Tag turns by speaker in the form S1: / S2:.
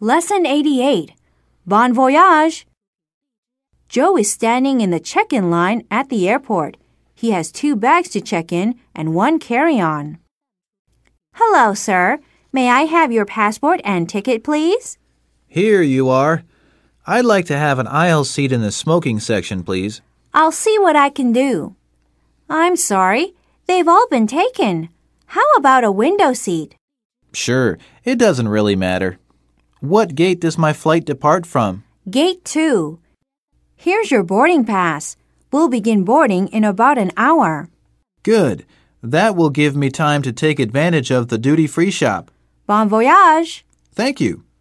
S1: Lesson 88 Bon Voyage! Joe is standing in the check in line at the airport. He has two bags to check in and one carry on. Hello, sir. May I have your passport and ticket, please?
S2: Here you are. I'd like to have an aisle seat in the smoking section, please.
S1: I'll see what I can do. I'm sorry. They've all been taken. How about a window seat?
S2: Sure, it doesn't really matter. What gate does my flight depart from?
S1: Gate 2. Here's your boarding pass. We'll begin boarding in about an hour.
S2: Good. That will give me time to take advantage of the duty free shop.
S1: Bon voyage!
S2: Thank you.